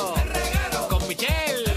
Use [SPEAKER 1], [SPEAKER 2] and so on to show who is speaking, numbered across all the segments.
[SPEAKER 1] Con Danilo.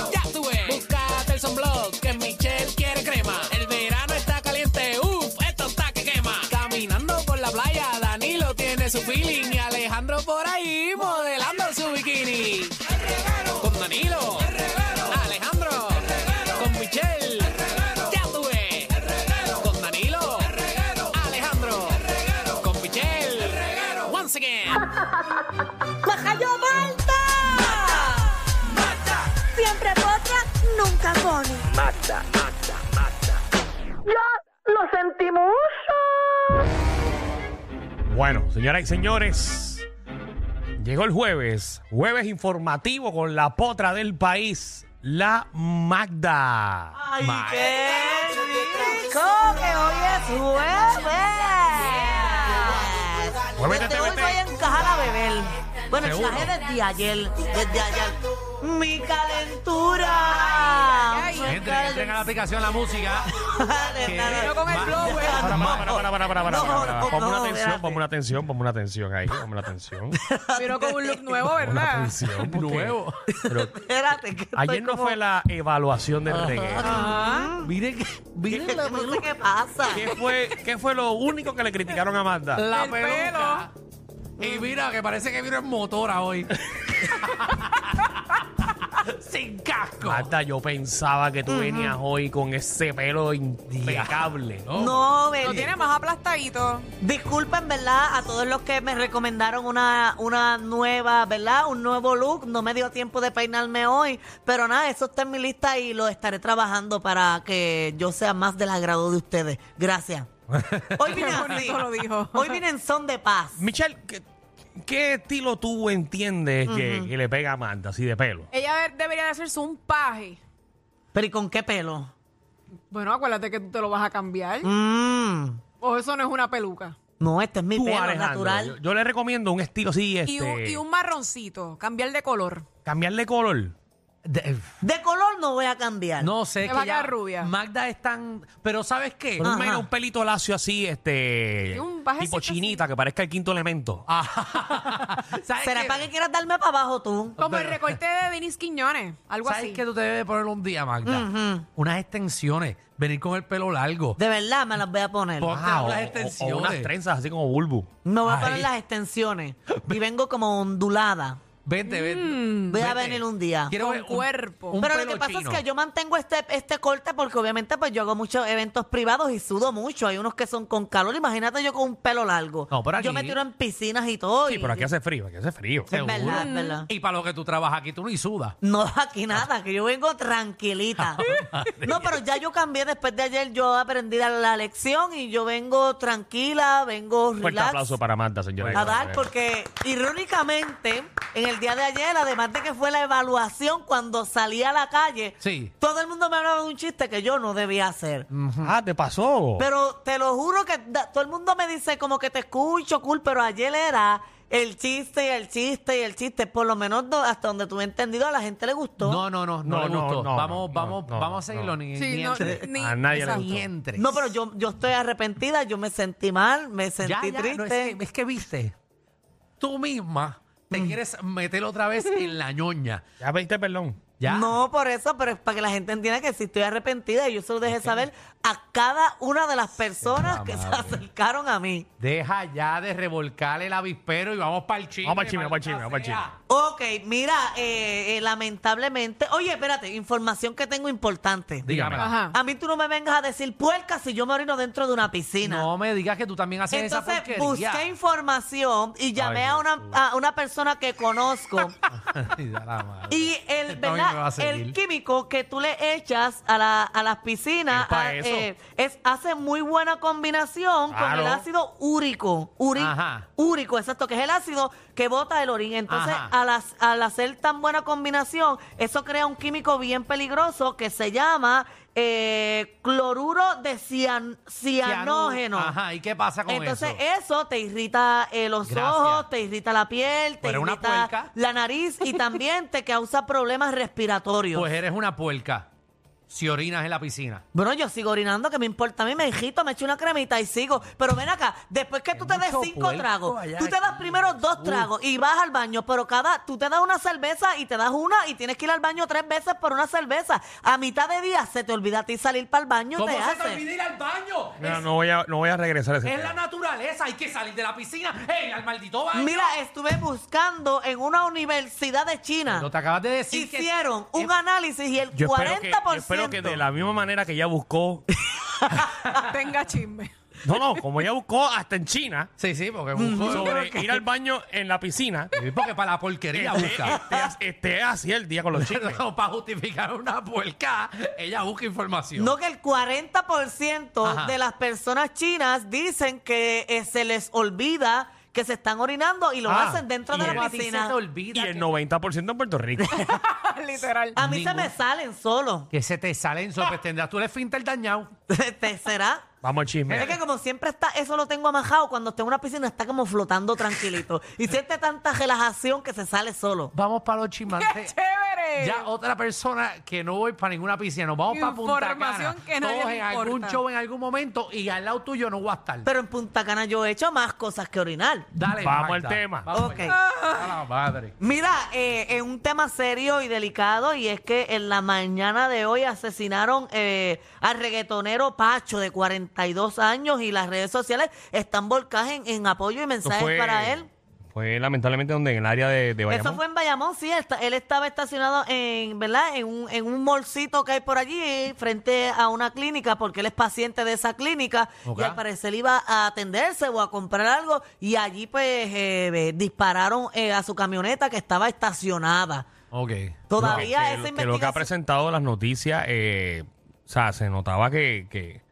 [SPEAKER 1] Alejandro. Con Michelle. Ya tuve. Búscate el sunblock que Michelle quiere crema. El verano está caliente. Uf, esto está que quema. Caminando por la playa, Danilo tiene su feeling. Y Alejandro por ahí modelando su bikini. Con Danilo. Alejandro. Con Michelle. Ya tuve. Con Danilo. Alejandro. Con Michelle. Once again.
[SPEAKER 2] ¡Majayo Malta! Siempre potra, nunca pone.
[SPEAKER 3] Bueno, señoras y señores, llegó el jueves, jueves informativo con la potra del país, la Magda. Ma-
[SPEAKER 2] ¡Como que hoy es jueves!
[SPEAKER 3] Muévete,
[SPEAKER 2] Desde hoy
[SPEAKER 3] muévete.
[SPEAKER 2] voy a encajar a beber. Bueno,
[SPEAKER 3] Seguro.
[SPEAKER 2] traje desde ayer, desde ayer. ¡Mi calentura!
[SPEAKER 3] Gente, entren a la aplicación la música.
[SPEAKER 2] Pero
[SPEAKER 3] con el blower. Para, para, para, para, para, para, para,
[SPEAKER 2] No,
[SPEAKER 3] para.
[SPEAKER 2] no,
[SPEAKER 3] Ponme
[SPEAKER 2] no,
[SPEAKER 3] una atención,
[SPEAKER 2] espérate.
[SPEAKER 3] ponme una atención, ponme una atención ahí, ponme una atención.
[SPEAKER 4] Pero con un look nuevo,
[SPEAKER 3] Ponme una
[SPEAKER 4] ¿verdad?
[SPEAKER 3] atención. Nuevo.
[SPEAKER 2] Espérate, que estoy
[SPEAKER 3] Ayer no
[SPEAKER 2] como-
[SPEAKER 3] fue la evaluación
[SPEAKER 4] Ah.
[SPEAKER 3] del reggae.
[SPEAKER 4] Ajá.
[SPEAKER 3] Miren, miren la-
[SPEAKER 2] No sé qué pasa.
[SPEAKER 3] ¿Qué fue, ¿Qué fue lo único que le criticaron a Magda?
[SPEAKER 4] La
[SPEAKER 1] El
[SPEAKER 4] peluca.
[SPEAKER 1] Y mira, que parece que vino en motora hoy. Sin casco.
[SPEAKER 3] Marta, yo pensaba que tú venías hoy con ese pelo impecable.
[SPEAKER 2] No, me...
[SPEAKER 4] Lo tiene más aplastadito.
[SPEAKER 2] Disculpen, ¿verdad? A todos los que me recomendaron una, una nueva, ¿verdad? Un nuevo look. No me dio tiempo de peinarme hoy. Pero nada, eso está en mi lista y lo estaré trabajando para que yo sea más del agrado de ustedes. Gracias. Hoy vine
[SPEAKER 4] Qué
[SPEAKER 2] así.
[SPEAKER 4] bonito lo dijo.
[SPEAKER 2] Hoy vine en son de paz.
[SPEAKER 3] Michelle, ¿qué, qué estilo tú entiendes que, que le pega a Marta así de pelo?
[SPEAKER 4] Ella ver- debería de hacerse un paje.
[SPEAKER 2] Pero ¿y con qué pelo?
[SPEAKER 4] Bueno, acuérdate que tú te lo vas a cambiar.
[SPEAKER 2] Mm.
[SPEAKER 4] O eso no es una peluca.
[SPEAKER 2] No, este es mi
[SPEAKER 3] Tú,
[SPEAKER 2] pelo
[SPEAKER 3] Alejandro,
[SPEAKER 2] natural.
[SPEAKER 3] Yo, yo le recomiendo un estilo así, este,
[SPEAKER 4] Y, un, y un marroncito. Cambiar de color.
[SPEAKER 3] cambiarle color.
[SPEAKER 1] De-
[SPEAKER 2] De color no voy a cambiar.
[SPEAKER 1] no sé
[SPEAKER 4] Te
[SPEAKER 1] que
[SPEAKER 4] va a
[SPEAKER 1] ya
[SPEAKER 4] quedar rubia.
[SPEAKER 1] Magda es tan. Pero ¿sabes qué?
[SPEAKER 3] Pero
[SPEAKER 2] Ajá.
[SPEAKER 3] mira, un pelito lacio así, este,
[SPEAKER 4] Y un bajecito
[SPEAKER 3] tipo chinita, que parezca el quinto elemento.
[SPEAKER 1] ¿Sabes
[SPEAKER 2] ¿Será
[SPEAKER 1] qué?
[SPEAKER 2] para que quieras darme para abajo tú?
[SPEAKER 4] Como el recorte de Denise Quiñones. Algo
[SPEAKER 1] ¿Sabes
[SPEAKER 4] así.
[SPEAKER 1] qué tú te debes poner un día, Magda? Unas extensiones. Venir con el pelo largo.
[SPEAKER 2] De verdad me las voy a poner.
[SPEAKER 1] Por-
[SPEAKER 3] Ah, o-
[SPEAKER 1] las
[SPEAKER 3] o-
[SPEAKER 1] extensiones.
[SPEAKER 3] O, unas trenzas así como bulbo.
[SPEAKER 2] Me voy a
[SPEAKER 1] Ay.
[SPEAKER 2] poner las extensiones. Y vengo como ondulada.
[SPEAKER 1] Vente, vente.
[SPEAKER 2] Mm, Voy a
[SPEAKER 1] Vete.
[SPEAKER 2] venir un día.
[SPEAKER 1] Quiero
[SPEAKER 4] Con
[SPEAKER 1] ver
[SPEAKER 4] cuerpo.
[SPEAKER 1] un
[SPEAKER 2] Pero lo
[SPEAKER 1] pelo
[SPEAKER 2] que pasa
[SPEAKER 1] chino.
[SPEAKER 2] es que yo mantengo este, este corte porque obviamente pues yo hago muchos eventos privados y sudo mucho. Hay unos que son con calor. Imagínate yo con un pelo largo.
[SPEAKER 3] No, pero aquí-
[SPEAKER 2] Yo me tiro en piscinas y todo.
[SPEAKER 3] Sí,
[SPEAKER 2] y-
[SPEAKER 3] pero aquí hace frío, aquí hace frío.
[SPEAKER 2] Es verdad, es verdad.
[SPEAKER 1] Y para lo que tú trabajas aquí, tú ni sudas.
[SPEAKER 2] No, aquí nada, que yo vengo tranquilita. no, pero ya yo cambié después de ayer. Yo aprendí la, la lección y yo vengo tranquila, vengo
[SPEAKER 3] Fuerte
[SPEAKER 2] relax.
[SPEAKER 3] aplauso para Marta, señora.
[SPEAKER 2] A dar, porque irónicamente, en el día de ayer, además de que fue la evaluación, cuando salí a la calle,
[SPEAKER 1] Sí.
[SPEAKER 2] todo el mundo me hablaba de un chiste que yo no debía hacer.
[SPEAKER 3] Ah, ¿te pasó?
[SPEAKER 2] Pero te lo juro que da- todo el mundo me dice como que te escucho, cool, pero ayer era el chiste y el chiste y el chiste. Por lo menos do- hasta donde tuve entendido, a la gente le gustó.
[SPEAKER 1] No, no, no, no,
[SPEAKER 3] No,
[SPEAKER 1] le
[SPEAKER 3] no,
[SPEAKER 1] gustó.
[SPEAKER 3] no,
[SPEAKER 1] vamos,
[SPEAKER 3] no,
[SPEAKER 1] vamos,
[SPEAKER 3] no,
[SPEAKER 1] vamos a
[SPEAKER 3] no.
[SPEAKER 1] seguirlo. Ni,
[SPEAKER 4] Sí,
[SPEAKER 1] ni
[SPEAKER 4] no,
[SPEAKER 1] entre.
[SPEAKER 4] ni-
[SPEAKER 3] A nadie le
[SPEAKER 4] exacto.
[SPEAKER 3] gustó.
[SPEAKER 1] ni entre.
[SPEAKER 2] No, pero yo, yo estoy arrepentida, yo me sentí mal, me sentí
[SPEAKER 1] Ya, ya,
[SPEAKER 2] triste. Mm.
[SPEAKER 1] no, es, que, es que, viste, tú misma te quieres meter otra vez en la ñoña.
[SPEAKER 3] Ya pediste perdón. Ya.
[SPEAKER 2] No, por eso, pero es para que la gente entienda que si estoy arrepentida, yo se lo dejé saber a cada una de las personas que se acercaron a mí.
[SPEAKER 1] Deja ya de revolcarle el avispero y vamos para el chisme.
[SPEAKER 3] Vamos pa'l chisme, vamos pa'l chisme,
[SPEAKER 1] maldita
[SPEAKER 3] vamos pa'l
[SPEAKER 1] sea.
[SPEAKER 3] chisme.
[SPEAKER 2] Ok, mira, eh, eh, lamentablemente. Oye, espérate, información que tengo importante.
[SPEAKER 1] Dígame.
[SPEAKER 4] Ajá.
[SPEAKER 2] A mí tú no me vengas a decir puerca si yo me orino dentro de una piscina.
[SPEAKER 1] No me digas que tú también haces esa
[SPEAKER 2] Entonces
[SPEAKER 1] porquería.
[SPEAKER 2] busqué información y
[SPEAKER 1] Ay,
[SPEAKER 2] llamé a,
[SPEAKER 1] Dios
[SPEAKER 2] una, a una persona que conozco.
[SPEAKER 1] Ay, da la madre.
[SPEAKER 2] y el,
[SPEAKER 1] Esta vaina me va
[SPEAKER 2] ¿verdad?
[SPEAKER 1] a seguir.
[SPEAKER 2] el químico que tú le echas a, la, a las piscinas
[SPEAKER 3] Es pa'
[SPEAKER 2] a- eh,
[SPEAKER 3] eso.
[SPEAKER 2] es- hace muy buena combinación
[SPEAKER 3] Claro.
[SPEAKER 2] con el ácido úrico. Uri-
[SPEAKER 1] Ajá.
[SPEAKER 2] Úrico, exacto, que es el ácido que bota el orín. Entonces,
[SPEAKER 1] Ajá.
[SPEAKER 2] al, as- al hacer tan buena combinación, eso crea un químico bien peligroso que se llama eh, cloruro de cian- cianógeno.
[SPEAKER 1] Ajá, ¿y qué pasa con
[SPEAKER 2] Entonces
[SPEAKER 1] eso?
[SPEAKER 2] eso. te irrita eh, los
[SPEAKER 1] Gracias.
[SPEAKER 2] ojos, te irrita la piel, te
[SPEAKER 1] Pero una
[SPEAKER 2] irrita
[SPEAKER 1] puerca.
[SPEAKER 2] la nariz y también te causa problemas respiratorios.
[SPEAKER 1] Pues eres una puerca si orinas en la piscina.
[SPEAKER 2] bueno, yo sigo orinando, que me importa a mí, me hijito, me echo una cremita y sigo. Pero ven acá, después que tú te des
[SPEAKER 1] mucho
[SPEAKER 2] cinco
[SPEAKER 1] puerco
[SPEAKER 2] tragos,
[SPEAKER 1] allá
[SPEAKER 2] tú te das
[SPEAKER 1] aquí.
[SPEAKER 2] primero dos
[SPEAKER 1] Uf.
[SPEAKER 2] tragos y vas al baño, pero cada, tú te das una cerveza y te das una y tienes que ir al baño tres veces por una cerveza. A mitad de día se te olvida a ti salir para el baño y te haces.
[SPEAKER 1] ir al baño?
[SPEAKER 3] Mira, no voy a, no voy a regresar a ese tema.
[SPEAKER 1] naturaleza, hay que salir de la piscina, ¡Ey, al maldito baño!
[SPEAKER 2] Mira, estuve buscando en una universidad de China.
[SPEAKER 1] No te acabas de decir que- eh,
[SPEAKER 2] hicieron un análisis y el
[SPEAKER 3] Yo espero,
[SPEAKER 2] 40%.
[SPEAKER 3] que, yo espero que de la misma manera que ella buscó.
[SPEAKER 4] Tenga chisme.
[SPEAKER 3] No, no, como ella buscó hasta en China
[SPEAKER 1] Sí, sí, porque
[SPEAKER 2] Mm,
[SPEAKER 1] busco-
[SPEAKER 3] sobre ir al baño en la piscina.
[SPEAKER 1] Sí, porque para la porquería
[SPEAKER 3] Esté,
[SPEAKER 1] busca.
[SPEAKER 3] esté as- esté así el día con los chismes.
[SPEAKER 1] No, para justificar una puerca, ella busca información.
[SPEAKER 2] no, que el 40%
[SPEAKER 1] Ajá.
[SPEAKER 2] de las personas chinas dicen que eh, se les olvida que se están orinando y lo
[SPEAKER 3] Ah,
[SPEAKER 2] hacen dentro
[SPEAKER 1] y
[SPEAKER 2] de
[SPEAKER 1] el-
[SPEAKER 2] la
[SPEAKER 1] a ti se
[SPEAKER 2] piscina.
[SPEAKER 1] te olvida
[SPEAKER 3] Y el
[SPEAKER 1] que-
[SPEAKER 3] 90% en Puerto Rico.
[SPEAKER 4] Literal.
[SPEAKER 2] A mí se
[SPEAKER 1] Ningún-
[SPEAKER 2] me salen solo.
[SPEAKER 1] que se te salen sopes. Tendrás tú el esfínter dañado.
[SPEAKER 2] Este, ¿Será?
[SPEAKER 3] Vamos al chisme.
[SPEAKER 2] Es que como siempre está, eso lo tengo amajado, cuando está en una piscina está como flotando tranquilito. Y siente tanta relajación que se sale solo.
[SPEAKER 1] Vamos para los chimantes.
[SPEAKER 4] ¡Chévere!
[SPEAKER 1] Ya otra persona que no voy para ninguna piscina, nos vamos para Punta Cana.
[SPEAKER 4] Información que a nadie
[SPEAKER 1] Todos
[SPEAKER 4] le
[SPEAKER 1] en algún
[SPEAKER 4] importa.
[SPEAKER 1] show en algún momento y al lado tuyo no voy a estar.
[SPEAKER 2] Pero en Punta Cana yo he hecho más cosas que orinar.
[SPEAKER 1] Dale,
[SPEAKER 3] Vamos
[SPEAKER 1] Magda.
[SPEAKER 3] al tema.
[SPEAKER 1] Vamos
[SPEAKER 2] Ok.
[SPEAKER 1] allá. A la madre.
[SPEAKER 2] Mira, eh, es un tema serio y delicado y es que en la mañana de hoy asesinaron eh, al reggaetonero Pacho de 42 años y las redes sociales están volcadas en, en apoyo y
[SPEAKER 3] Esto
[SPEAKER 2] mensajes para él.
[SPEAKER 3] Fue lamentablemente donde en el área de, de Bayamón.
[SPEAKER 2] Eso fue en Bayamón, sí, él, está- él estaba estacionado en, ¿verdad? En un, en un molcito que hay por allí, frente a una clínica, porque él es paciente de esa clínica,
[SPEAKER 1] Ok.
[SPEAKER 2] y al parecer iba a atenderse o a comprar algo, y allí pues eh, eh, dispararon eh, a su camioneta que estaba estacionada.
[SPEAKER 1] Ok.
[SPEAKER 2] Todavía
[SPEAKER 3] que,
[SPEAKER 2] esa
[SPEAKER 3] lo- que lo que ha
[SPEAKER 2] investigación.
[SPEAKER 3] presentado las noticias, eh, o sea, se notaba que, que,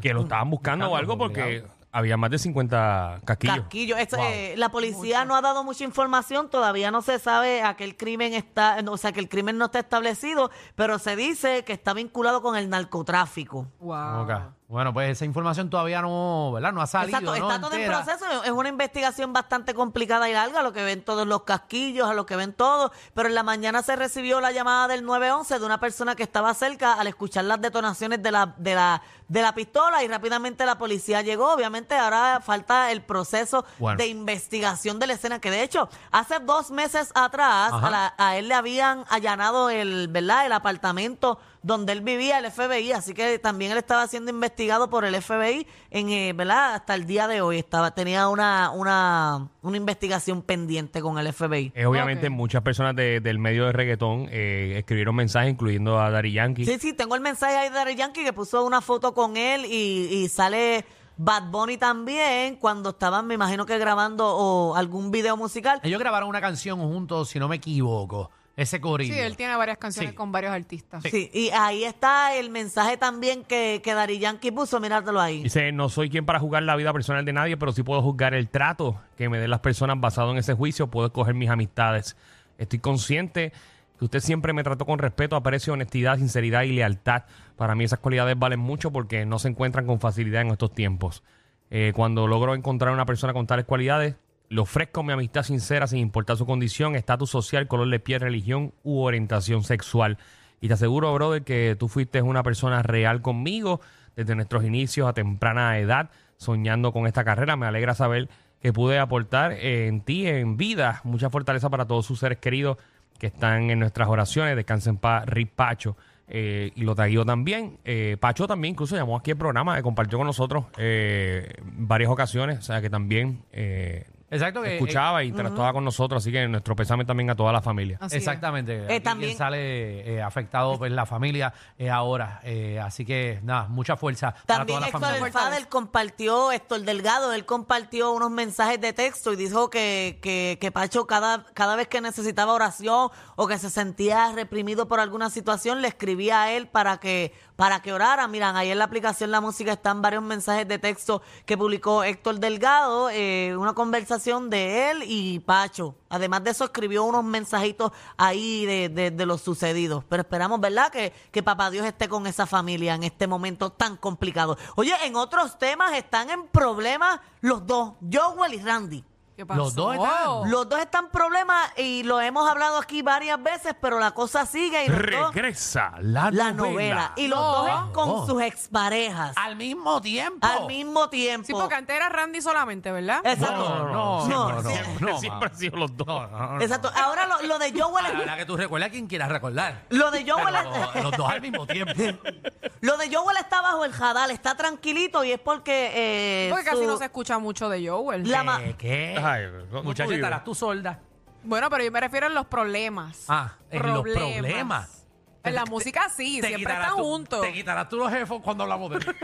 [SPEAKER 3] que lo estaban buscando o algo porque había más de 50 casquillos.
[SPEAKER 2] Casquillo. Esto,
[SPEAKER 3] Wow.
[SPEAKER 2] eh, la policía no ha dado mucha información, todavía no se sabe a qué el crimen está, no, o sea, que el crimen no está establecido, pero se dice que está vinculado con el narcotráfico.
[SPEAKER 4] Wow.
[SPEAKER 1] Ok. Bueno, pues esa información todavía no, ¿verdad? No ha salido.
[SPEAKER 2] Exacto,
[SPEAKER 1] ¿no?
[SPEAKER 2] está todo en
[SPEAKER 1] Entera.
[SPEAKER 2] proceso, es una investigación bastante complicada y larga, lo que ven todos los casquillos, a lo que ven todos, pero en la mañana se recibió la llamada del 911 de una persona que estaba cerca al escuchar las detonaciones de la, de la, de la pistola y rápidamente la policía llegó, obviamente ahora falta el proceso
[SPEAKER 1] Bueno.
[SPEAKER 2] de investigación de la escena, que de hecho hace dos meses atrás
[SPEAKER 1] Ajá.
[SPEAKER 2] a, la- a él le habían allanado el, ¿verdad? el apartamento donde él vivía, el FBI, así que también él estaba siendo investigado por el FBI, en, eh, ¿verdad? Hasta el día de hoy estaba tenía una, una, una investigación pendiente con el FBI.
[SPEAKER 3] Eh, obviamente
[SPEAKER 4] Ok.
[SPEAKER 3] muchas personas de- del medio de reggaetón eh, escribieron mensajes, incluyendo a Dari Yankee.
[SPEAKER 2] Sí, sí, tengo el mensaje ahí de Daddy Yankee que puso una foto con él y, y sale Bad Bunny también cuando estaban, me imagino que grabando o algún video musical.
[SPEAKER 1] Ellos grabaron una canción juntos, si no me equivoco. Ese corillo.
[SPEAKER 4] Sí, él tiene varias canciones
[SPEAKER 1] Sí.
[SPEAKER 4] con varios artistas.
[SPEAKER 2] Sí, y ahí está el mensaje también que, que Daddy Yankee puso, míratelo ahí.
[SPEAKER 3] Dice, no soy quien para juzgar la vida personal de nadie, pero sí puedo juzgar el trato que me den las personas basado en ese juicio. Puedo escoger mis amistades. Estoy consciente que usted siempre me trató con respeto, aprecio, honestidad, sinceridad y lealtad. Para mí esas cualidades valen mucho porque no se encuentran con facilidad en estos tiempos. Eh, cuando logro encontrar una persona con tales cualidades, le ofrezco mi amistad sincera sin importar su condición, estatus social, color de piel, religión u orientación sexual. Y te aseguro, brother, que tú fuiste una persona real conmigo desde nuestros inicios a temprana edad, soñando con esta carrera. Me alegra saber que pude aportar eh, en ti, en vida, mucha fortaleza para todos sus seres queridos que están en nuestras oraciones. Descansen para Rick Pacho. eh, y lo taguió también. Eh, Pacho también incluso llamó aquí el programa, eh, compartió con nosotros eh, varias ocasiones. O sea que también eh,
[SPEAKER 1] Exacto. que-
[SPEAKER 3] escuchaba y interactuaba con nosotros. Así que nuestro pésame también a toda la familia.
[SPEAKER 4] Así es.
[SPEAKER 1] Exactamente. Aquí quien
[SPEAKER 2] también-
[SPEAKER 1] sale eh, afectado pues, la familia eh, ahora. Eh, así que nada, mucha fuerza para toda
[SPEAKER 2] También
[SPEAKER 1] la
[SPEAKER 2] Héctor
[SPEAKER 1] familia.
[SPEAKER 2] El Fader compartió, Héctor Delgado, él compartió unos mensajes de texto y dijo que, que, que Pacho cada, cada vez que necesitaba oración o que se sentía reprimido por alguna situación, le escribía a él para que, para que orara. Miran, ahí en la aplicación La Música están varios mensajes de texto que publicó Héctor Delgado, eh, una conversación de él y Pacho. Además de eso, escribió unos mensajitos ahí de, de, de lo sucedido. Pero esperamos, ¿verdad? Que, que papá Dios esté con esa familia en este momento tan complicado. Oye, en otros temas están en problemas los dos, Joel y Randy.
[SPEAKER 4] ¿Qué pasó?
[SPEAKER 1] Los dos están-
[SPEAKER 2] Los dos están en problemas y lo hemos hablado aquí varias veces, pero la cosa sigue y los dos-
[SPEAKER 3] Regresa la,
[SPEAKER 2] la novela. Y los
[SPEAKER 4] No.
[SPEAKER 2] dos con
[SPEAKER 1] Oh.
[SPEAKER 2] sus exparejas
[SPEAKER 1] Al mismo tiempo.
[SPEAKER 2] al mismo tiempo.
[SPEAKER 4] Sí, porque antes era Randy solamente, ¿verdad?
[SPEAKER 2] Exacto.
[SPEAKER 1] No, no,
[SPEAKER 2] No,
[SPEAKER 1] no, no,
[SPEAKER 3] Siempre,
[SPEAKER 1] no,
[SPEAKER 3] siempre
[SPEAKER 1] no.
[SPEAKER 3] han sido los dos.
[SPEAKER 2] Exacto. Ahora lo, lo de Joel
[SPEAKER 1] La
[SPEAKER 2] es-
[SPEAKER 1] verdad que tú recuerdas a quien quieras recordar.
[SPEAKER 2] Lo de Joel es-
[SPEAKER 1] Pero los dos al mismo tiempo.
[SPEAKER 2] Lo de Joel está bajo el jadal, está tranquilito y es porque. eh,
[SPEAKER 4] Porque casi
[SPEAKER 2] su-
[SPEAKER 4] no se escucha mucho de Joel.
[SPEAKER 2] La ma-
[SPEAKER 1] Eh, ¿Qué?
[SPEAKER 3] Ay, ¿cómo tú
[SPEAKER 1] Muchacha,
[SPEAKER 3] vives?
[SPEAKER 1] estarás tú solda.
[SPEAKER 4] Bueno, pero yo me refiero en los problemas.
[SPEAKER 1] Ah, en los problemas.
[SPEAKER 4] En la música sí,
[SPEAKER 1] Te
[SPEAKER 4] siempre
[SPEAKER 1] quitarás
[SPEAKER 4] están
[SPEAKER 1] tú-
[SPEAKER 4] juntos.
[SPEAKER 1] Te quitarás tú los jefos cuando hablamos de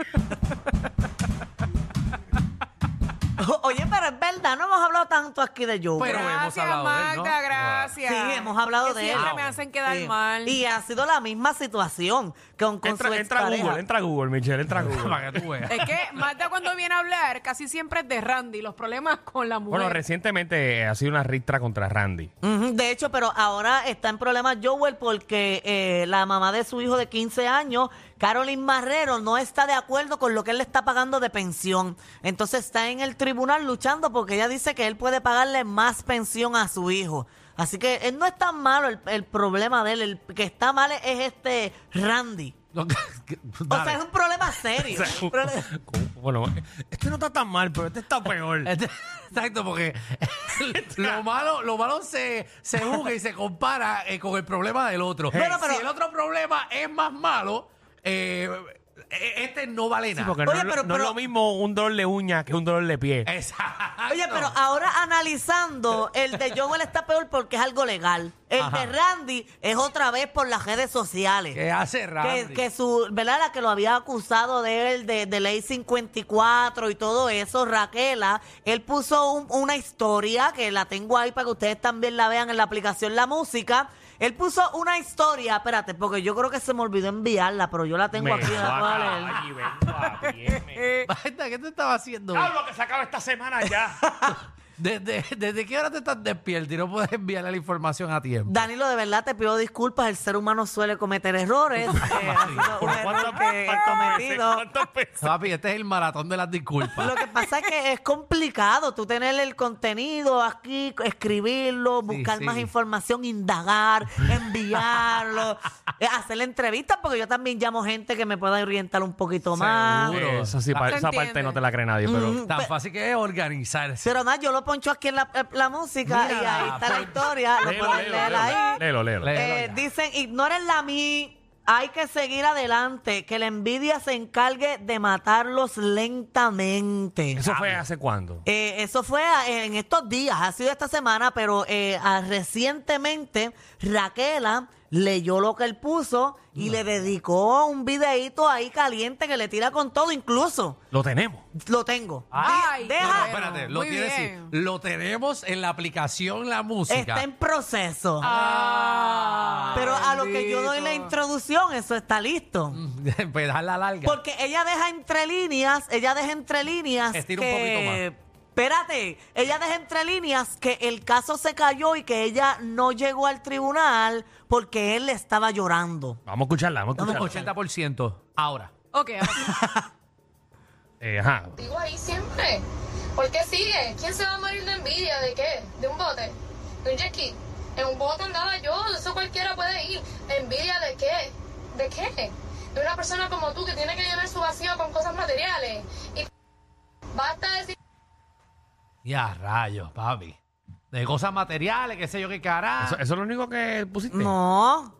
[SPEAKER 2] Oye, pero es verdad, no hemos hablado tanto aquí de Joel.
[SPEAKER 1] Pero hemos
[SPEAKER 4] gracias,
[SPEAKER 1] hablado de él, ¿no?
[SPEAKER 4] Magda, gracias.
[SPEAKER 2] Sí, hemos hablado
[SPEAKER 4] Que
[SPEAKER 2] de él.
[SPEAKER 4] Siempre
[SPEAKER 2] Ah,
[SPEAKER 4] me hacen quedar
[SPEAKER 2] Sí.
[SPEAKER 4] mal.
[SPEAKER 2] Y ha sido la misma situación con, con su
[SPEAKER 3] Entra, entra a
[SPEAKER 2] expareja.
[SPEAKER 3] Google, entra a Google, Michelle, entra a Google.
[SPEAKER 1] Para que tú
[SPEAKER 2] Eh,
[SPEAKER 1] veas.
[SPEAKER 4] Es que Marta cuando viene a hablar casi siempre es de Randy, los problemas con la mujer.
[SPEAKER 3] Bueno, recientemente eh, ha sido una ristra contra Randy.
[SPEAKER 2] Ujú, De hecho, pero ahora está en problemas Joel porque eh, la mamá de su hijo de 15 años, Carolyn Marrero, no está de acuerdo con lo que él le está pagando de pensión. Entonces está en el tribunal luchando porque ella dice que él puede pagarle más pensión a su hijo. Así que él no es tan malo el, el problema de él. El que está mal es este Randy.
[SPEAKER 1] No,
[SPEAKER 2] O
[SPEAKER 1] dale.
[SPEAKER 2] sea, es un problema serio.
[SPEAKER 3] O sea,
[SPEAKER 2] Un problema-
[SPEAKER 3] Bueno, este no está tan mal, pero este está peor.
[SPEAKER 1] Este- Exacto, porque lo malo, lo malo se, se juzga y se compara eh, con el problema del otro.
[SPEAKER 2] Bueno, pero-
[SPEAKER 1] si el otro problema es más malo, eh, eh, este no vale nada.
[SPEAKER 3] Ah, Porque no,
[SPEAKER 2] Oye,
[SPEAKER 3] es lo-
[SPEAKER 2] pero-
[SPEAKER 3] no
[SPEAKER 2] pero- Eh,
[SPEAKER 3] es lo mismo un dolor de uña que un dolor de pie.
[SPEAKER 1] Exacto.
[SPEAKER 2] Oye, pero ah, ahora analizando, el de Joel está peor porque es algo legal. El de Randy es otra vez por las redes sociales.
[SPEAKER 1] ¿Qué hace Randy?
[SPEAKER 2] Que, que su, ¿verdad? La que lo había acusado de él, de, de ley 54 y todo eso, Raquela, él puso un- una historia, que la tengo ahí para que ustedes también la vean en la aplicación La Música. Él puso una historia, espérate, porque yo creo que se me olvidó enviarla, pero yo la tengo
[SPEAKER 3] Me
[SPEAKER 2] aquí. la
[SPEAKER 3] va
[SPEAKER 2] puedo
[SPEAKER 3] a
[SPEAKER 2] leer.
[SPEAKER 3] caballo y vengo a pie, me-
[SPEAKER 1] Magda, ¿qué te estaba haciendo?
[SPEAKER 3] Diablo, que se acaba esta semana ya.
[SPEAKER 1] ¿Desde, desde qué hora te estás despierto y no puedes enviarle la información a tiempo?
[SPEAKER 2] Danilo, de verdad te pido disculpas. El ser humano suele cometer errores. Eh, ha sido un error que he cometido.
[SPEAKER 3] ¿Cuántas veces?
[SPEAKER 1] Papi, este es el maratón de las disculpas.
[SPEAKER 2] Lo que pasa es que es complicado tú tener el contenido aquí, escribirlo, buscar
[SPEAKER 1] sí.
[SPEAKER 2] más información, indagar, enviarlo, eh, hacer la entrevista, porque yo también llamo gente que me pueda orientar un poquito más.
[SPEAKER 1] Seguro.
[SPEAKER 3] Eh, Esa, sí, pa-
[SPEAKER 4] Se
[SPEAKER 3] esa parte
[SPEAKER 4] entiende.
[SPEAKER 3] no te la cree nadie, pero...
[SPEAKER 2] Mm,
[SPEAKER 1] Tan fácil que es organizarse.
[SPEAKER 2] Pero nada, yo lo poncho aquí en la, eh, la música y
[SPEAKER 1] Mira, Pues,
[SPEAKER 2] ahí está la
[SPEAKER 1] por-
[SPEAKER 2] historia. ah, Lo
[SPEAKER 3] Léelo,
[SPEAKER 2] pueden
[SPEAKER 3] léelo,
[SPEAKER 2] leer ahí.
[SPEAKER 3] léelo, léelo, léelo.
[SPEAKER 1] Le-
[SPEAKER 2] Eh,
[SPEAKER 1] ya.
[SPEAKER 2] dicen, ignórenla a mí. Hay que seguir adelante, que la envidia se encargue de matarlos lentamente.
[SPEAKER 3] ¿Eso fue hace cuándo?
[SPEAKER 2] Eh, eso fue a- en estos días, ha sido esta semana, pero eh, a- recientemente Raquela leyó lo que él puso y le dedicó un videíto ahí caliente que le tira con todo, incluso
[SPEAKER 3] Lo tenemos.
[SPEAKER 2] lo tengo.
[SPEAKER 4] Ay,
[SPEAKER 2] Deja-
[SPEAKER 4] bueno,
[SPEAKER 1] espérate, lo,
[SPEAKER 4] muy
[SPEAKER 1] tiene- sí,
[SPEAKER 4] bien.
[SPEAKER 1] lo tenemos en la aplicación La Música.
[SPEAKER 2] Está en proceso.
[SPEAKER 4] Ah,
[SPEAKER 2] pero a lo que yo doy la
[SPEAKER 4] bendito.
[SPEAKER 2] introducción, eso está listo.
[SPEAKER 1] Mm. Pedal Pues la larga.
[SPEAKER 2] Porque ella deja entre líneas, ella deja entre líneas.
[SPEAKER 1] Estira un
[SPEAKER 2] que- Espérate, ella deja entre líneas que el caso se cayó y que ella no llegó al tribunal porque él estaba llorando.
[SPEAKER 3] Vamos a escucharla, vamos a
[SPEAKER 1] Estamos
[SPEAKER 3] escucharla.
[SPEAKER 1] 80% ahora.
[SPEAKER 4] Ok, ahora sí.
[SPEAKER 3] Eh, ajá.
[SPEAKER 5] Digo ahí siempre. ¿Por qué sigue? ¿Quién se va a morir de envidia? ¿De qué? ¿De un bote? ¿De un jet ski? En un bote andaba yo, eso cualquiera puede ir. ¿Envidia de qué? ¿De qué? De una persona como tú que tiene que llenar su vacío con cosas materiales. Y basta de decir
[SPEAKER 1] Ya, rayos, papi. de cosas materiales, qué sé yo, qué carajo.
[SPEAKER 3] ¿Eso, eso es lo único que pusiste?
[SPEAKER 2] No,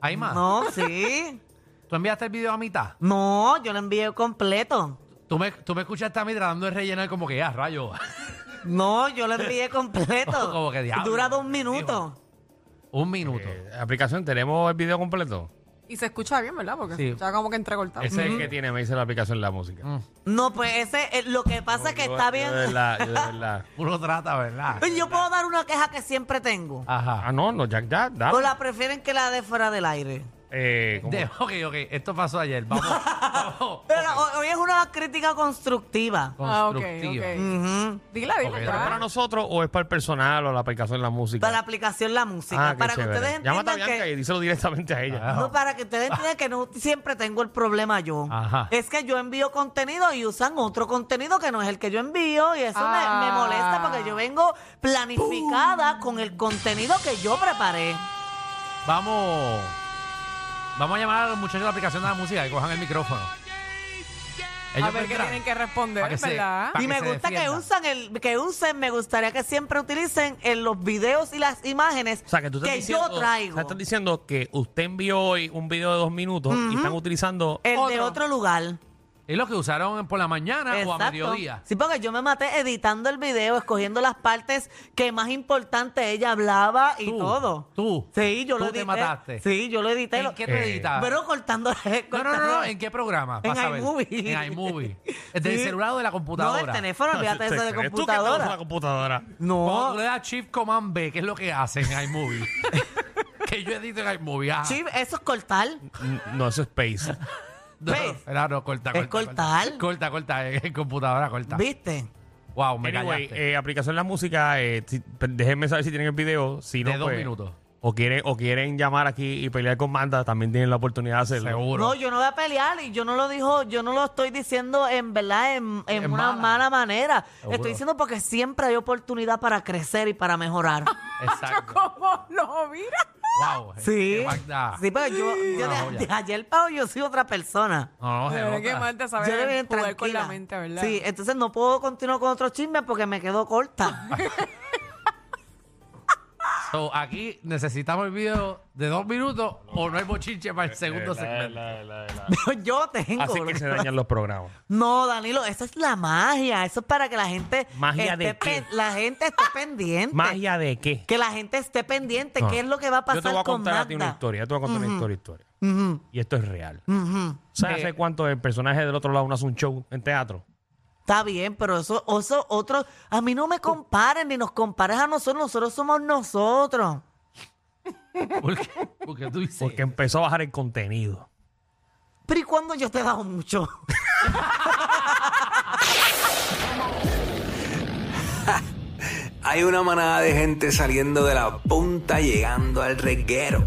[SPEAKER 1] Hay más.
[SPEAKER 2] no, sí.
[SPEAKER 1] Tú enviaste el video a mitad.
[SPEAKER 2] No, yo lo envié completo.
[SPEAKER 1] Tú me, tú me escuchaste a mí tratando de rellenar como que ya, rayo.
[SPEAKER 2] No, yo lo envié completo.
[SPEAKER 1] Oh, Como que diablo.
[SPEAKER 2] Dura dos minutos.
[SPEAKER 1] Un minuto.
[SPEAKER 3] Eh, aplicación, tenemos el video completo.
[SPEAKER 4] Y se escucha bien, ¿verdad? Porque
[SPEAKER 1] Sí.
[SPEAKER 4] se está como que entrecortado.
[SPEAKER 3] Ese es
[SPEAKER 2] Mm.
[SPEAKER 3] el que tiene, me dice la aplicación la música.
[SPEAKER 2] No, pues ese, eh, lo que pasa es que
[SPEAKER 3] Yo-
[SPEAKER 2] está
[SPEAKER 3] yo
[SPEAKER 2] bien.
[SPEAKER 3] de verdad, yo de verdad.
[SPEAKER 1] Uno trata, ¿verdad?
[SPEAKER 2] Yo puedo dar una queja que siempre tengo.
[SPEAKER 1] Ajá.
[SPEAKER 3] Ah, no, no, ya, ya,
[SPEAKER 2] O
[SPEAKER 3] dale.
[SPEAKER 2] la prefieren que la de fuera del aire.
[SPEAKER 3] Eh, ¿cómo?
[SPEAKER 1] De- ok, ok. Esto pasó ayer. Vamos. vamos.
[SPEAKER 2] Pero hoy- hoy es una crítica constructiva.
[SPEAKER 4] Ah, ok, ok.
[SPEAKER 1] Constructivo.
[SPEAKER 2] Ujú.
[SPEAKER 4] Dila, dila.
[SPEAKER 1] Ok,
[SPEAKER 4] ya.
[SPEAKER 3] ¿Pero para nosotros o es para el personal o la aplicación la música?
[SPEAKER 2] Ah. Para la aplicación La Música.
[SPEAKER 3] Ah, qué
[SPEAKER 2] para que
[SPEAKER 3] chévere.
[SPEAKER 2] ustedes
[SPEAKER 3] Llámate a
[SPEAKER 2] entiendan
[SPEAKER 3] Bianca y
[SPEAKER 2] que.
[SPEAKER 3] díselo directamente a
[SPEAKER 1] Ah.
[SPEAKER 3] ella.
[SPEAKER 2] No, para que ustedes entiendan que no siempre tengo el problema yo.
[SPEAKER 1] Ajá.
[SPEAKER 2] Es que yo envío contenido y usan otro contenido que no es el que yo envío y eso me-
[SPEAKER 4] Ah.
[SPEAKER 2] me, molesta porque yo vengo planificada con el contenido que yo preparé.
[SPEAKER 1] Vamos. Vamos a llamar a los muchachos de la aplicación de la música que cojan el micrófono.
[SPEAKER 4] A ver qué
[SPEAKER 1] vendrán.
[SPEAKER 4] tienen que responder,
[SPEAKER 1] Para que se-
[SPEAKER 4] ¿verdad?
[SPEAKER 1] para
[SPEAKER 2] y me
[SPEAKER 1] se
[SPEAKER 2] gusta que
[SPEAKER 1] defiendan.
[SPEAKER 2] usan el que usen, me gustaría que siempre utilicen en los videos y las imágenes
[SPEAKER 3] O sea, que tú estás diciendo,
[SPEAKER 2] yo
[SPEAKER 3] o
[SPEAKER 2] traigo.
[SPEAKER 3] sea, estás diciendo que usted envió hoy un video de dos minutos y están utilizando...
[SPEAKER 2] el de
[SPEAKER 4] Otro.
[SPEAKER 2] otro lugar.
[SPEAKER 1] Es lo que usaron por la mañana o a mediodía.
[SPEAKER 2] Sí, porque yo me maté editando el video, escogiendo las partes que más importante ella hablaba y
[SPEAKER 1] Tú,
[SPEAKER 2] todo.
[SPEAKER 1] tú,
[SPEAKER 2] Sí, yo lo
[SPEAKER 1] tú te
[SPEAKER 2] edité.
[SPEAKER 1] mataste.
[SPEAKER 2] Sí, yo lo edité.
[SPEAKER 1] ¿En
[SPEAKER 2] lo-
[SPEAKER 1] qué te
[SPEAKER 3] Eh,
[SPEAKER 1] editas?
[SPEAKER 2] Pero cortando.
[SPEAKER 1] No, no, no, no, ¿en qué programa?
[SPEAKER 2] En
[SPEAKER 1] Vas a ver.
[SPEAKER 2] iMovie.
[SPEAKER 1] En iMovie. ¿Del
[SPEAKER 2] Sí.
[SPEAKER 1] celular o de la
[SPEAKER 2] No,
[SPEAKER 1] computadora?
[SPEAKER 2] el teléfono, olvídate de eso de
[SPEAKER 3] ¿Tú crees? ¿Tú que te usas la
[SPEAKER 2] computadora.
[SPEAKER 3] computadora?
[SPEAKER 1] Cuando tú
[SPEAKER 2] No.
[SPEAKER 1] le das Shift Command B, ¿qué es lo que hacen en iMovie? que yo edito en iMovie. Ah,
[SPEAKER 2] Sí, eso es cortar.
[SPEAKER 3] N- No, eso es Space.
[SPEAKER 1] no, no,
[SPEAKER 2] ¿ves?
[SPEAKER 1] era, no, corta, corta.
[SPEAKER 2] Es cortar.
[SPEAKER 1] Corta, corta, corta, en, en computadora, corta.
[SPEAKER 2] ¿Viste?
[SPEAKER 1] Wow, me
[SPEAKER 3] Anyway,
[SPEAKER 1] callaste.
[SPEAKER 3] eh, aplicación la música, eh, si- pe- déjenme saber si tienen el video. Si no,
[SPEAKER 1] de dos
[SPEAKER 3] pues,
[SPEAKER 1] minutos.
[SPEAKER 3] O quieren, o quieren llamar aquí y pelear con Manda, también tienen la oportunidad de hacerlo.
[SPEAKER 1] Seguro.
[SPEAKER 2] No, yo no voy a pelear y yo no lo dijo, yo no lo estoy diciendo en verdad en, en
[SPEAKER 1] En
[SPEAKER 2] una
[SPEAKER 1] mala.
[SPEAKER 2] mala, manera.
[SPEAKER 1] Seguro.
[SPEAKER 2] Estoy diciendo porque siempre hay oportunidad para crecer y para mejorar.
[SPEAKER 1] Exacto.
[SPEAKER 4] ¿Cómo lo mira?
[SPEAKER 1] wow.
[SPEAKER 2] Sí.
[SPEAKER 1] qué Magda.
[SPEAKER 2] Sí, pero yo, yo
[SPEAKER 1] Una
[SPEAKER 2] de,
[SPEAKER 1] joya.
[SPEAKER 2] de ayer para hoy yo soy otra persona.
[SPEAKER 1] No, no, se
[SPEAKER 4] Pero Qué
[SPEAKER 1] nota.
[SPEAKER 4] mal te
[SPEAKER 2] Yo
[SPEAKER 4] sabes
[SPEAKER 2] le bien
[SPEAKER 4] jugar con la
[SPEAKER 2] tranquila.
[SPEAKER 4] mente, ¿verdad?
[SPEAKER 2] Sí, entonces no puedo continuar con otros chismes porque me quedo corta.
[SPEAKER 1] So, aquí necesitamos el video de dos minutos o no hay bochinche para el
[SPEAKER 3] La-
[SPEAKER 1] segundo
[SPEAKER 3] la-
[SPEAKER 1] segmento.
[SPEAKER 3] Eh, la- la- la-
[SPEAKER 2] Pero yo tengo.
[SPEAKER 3] Así que se dañan los programas.
[SPEAKER 2] No, Danilo, esa es la magia. Eso es para que la gente
[SPEAKER 3] ¿Magia de
[SPEAKER 2] esté
[SPEAKER 3] qué? ¡Ah!
[SPEAKER 2] pen- la gente esté pendiente.
[SPEAKER 3] ¿Magia de qué?
[SPEAKER 2] Que la gente esté pendiente.
[SPEAKER 3] No.
[SPEAKER 2] ¿Qué es lo que va a pasar
[SPEAKER 3] Yo te voy a
[SPEAKER 2] con
[SPEAKER 3] contar a ti una
[SPEAKER 2] Magda?
[SPEAKER 3] historia. Yo te voy a contar una historia, historia.
[SPEAKER 2] Ujú,
[SPEAKER 3] Y esto es real.
[SPEAKER 2] ujú.
[SPEAKER 3] ¿Sabes
[SPEAKER 1] Eh,
[SPEAKER 3] hace cuánto el personaje del otro lado no hace un show en teatro?
[SPEAKER 2] Está bien, pero eso, eso, otros. A mí no me comparen ni nos compares a nosotros. Nosotros somos nosotros.
[SPEAKER 1] ¿Por qué? Porque tú dices.
[SPEAKER 3] Porque empezó a bajar el contenido.
[SPEAKER 2] Pero ¿y cuando yo te he dado mucho?
[SPEAKER 6] Hay una manada de gente saliendo de la punta llegando al reguero.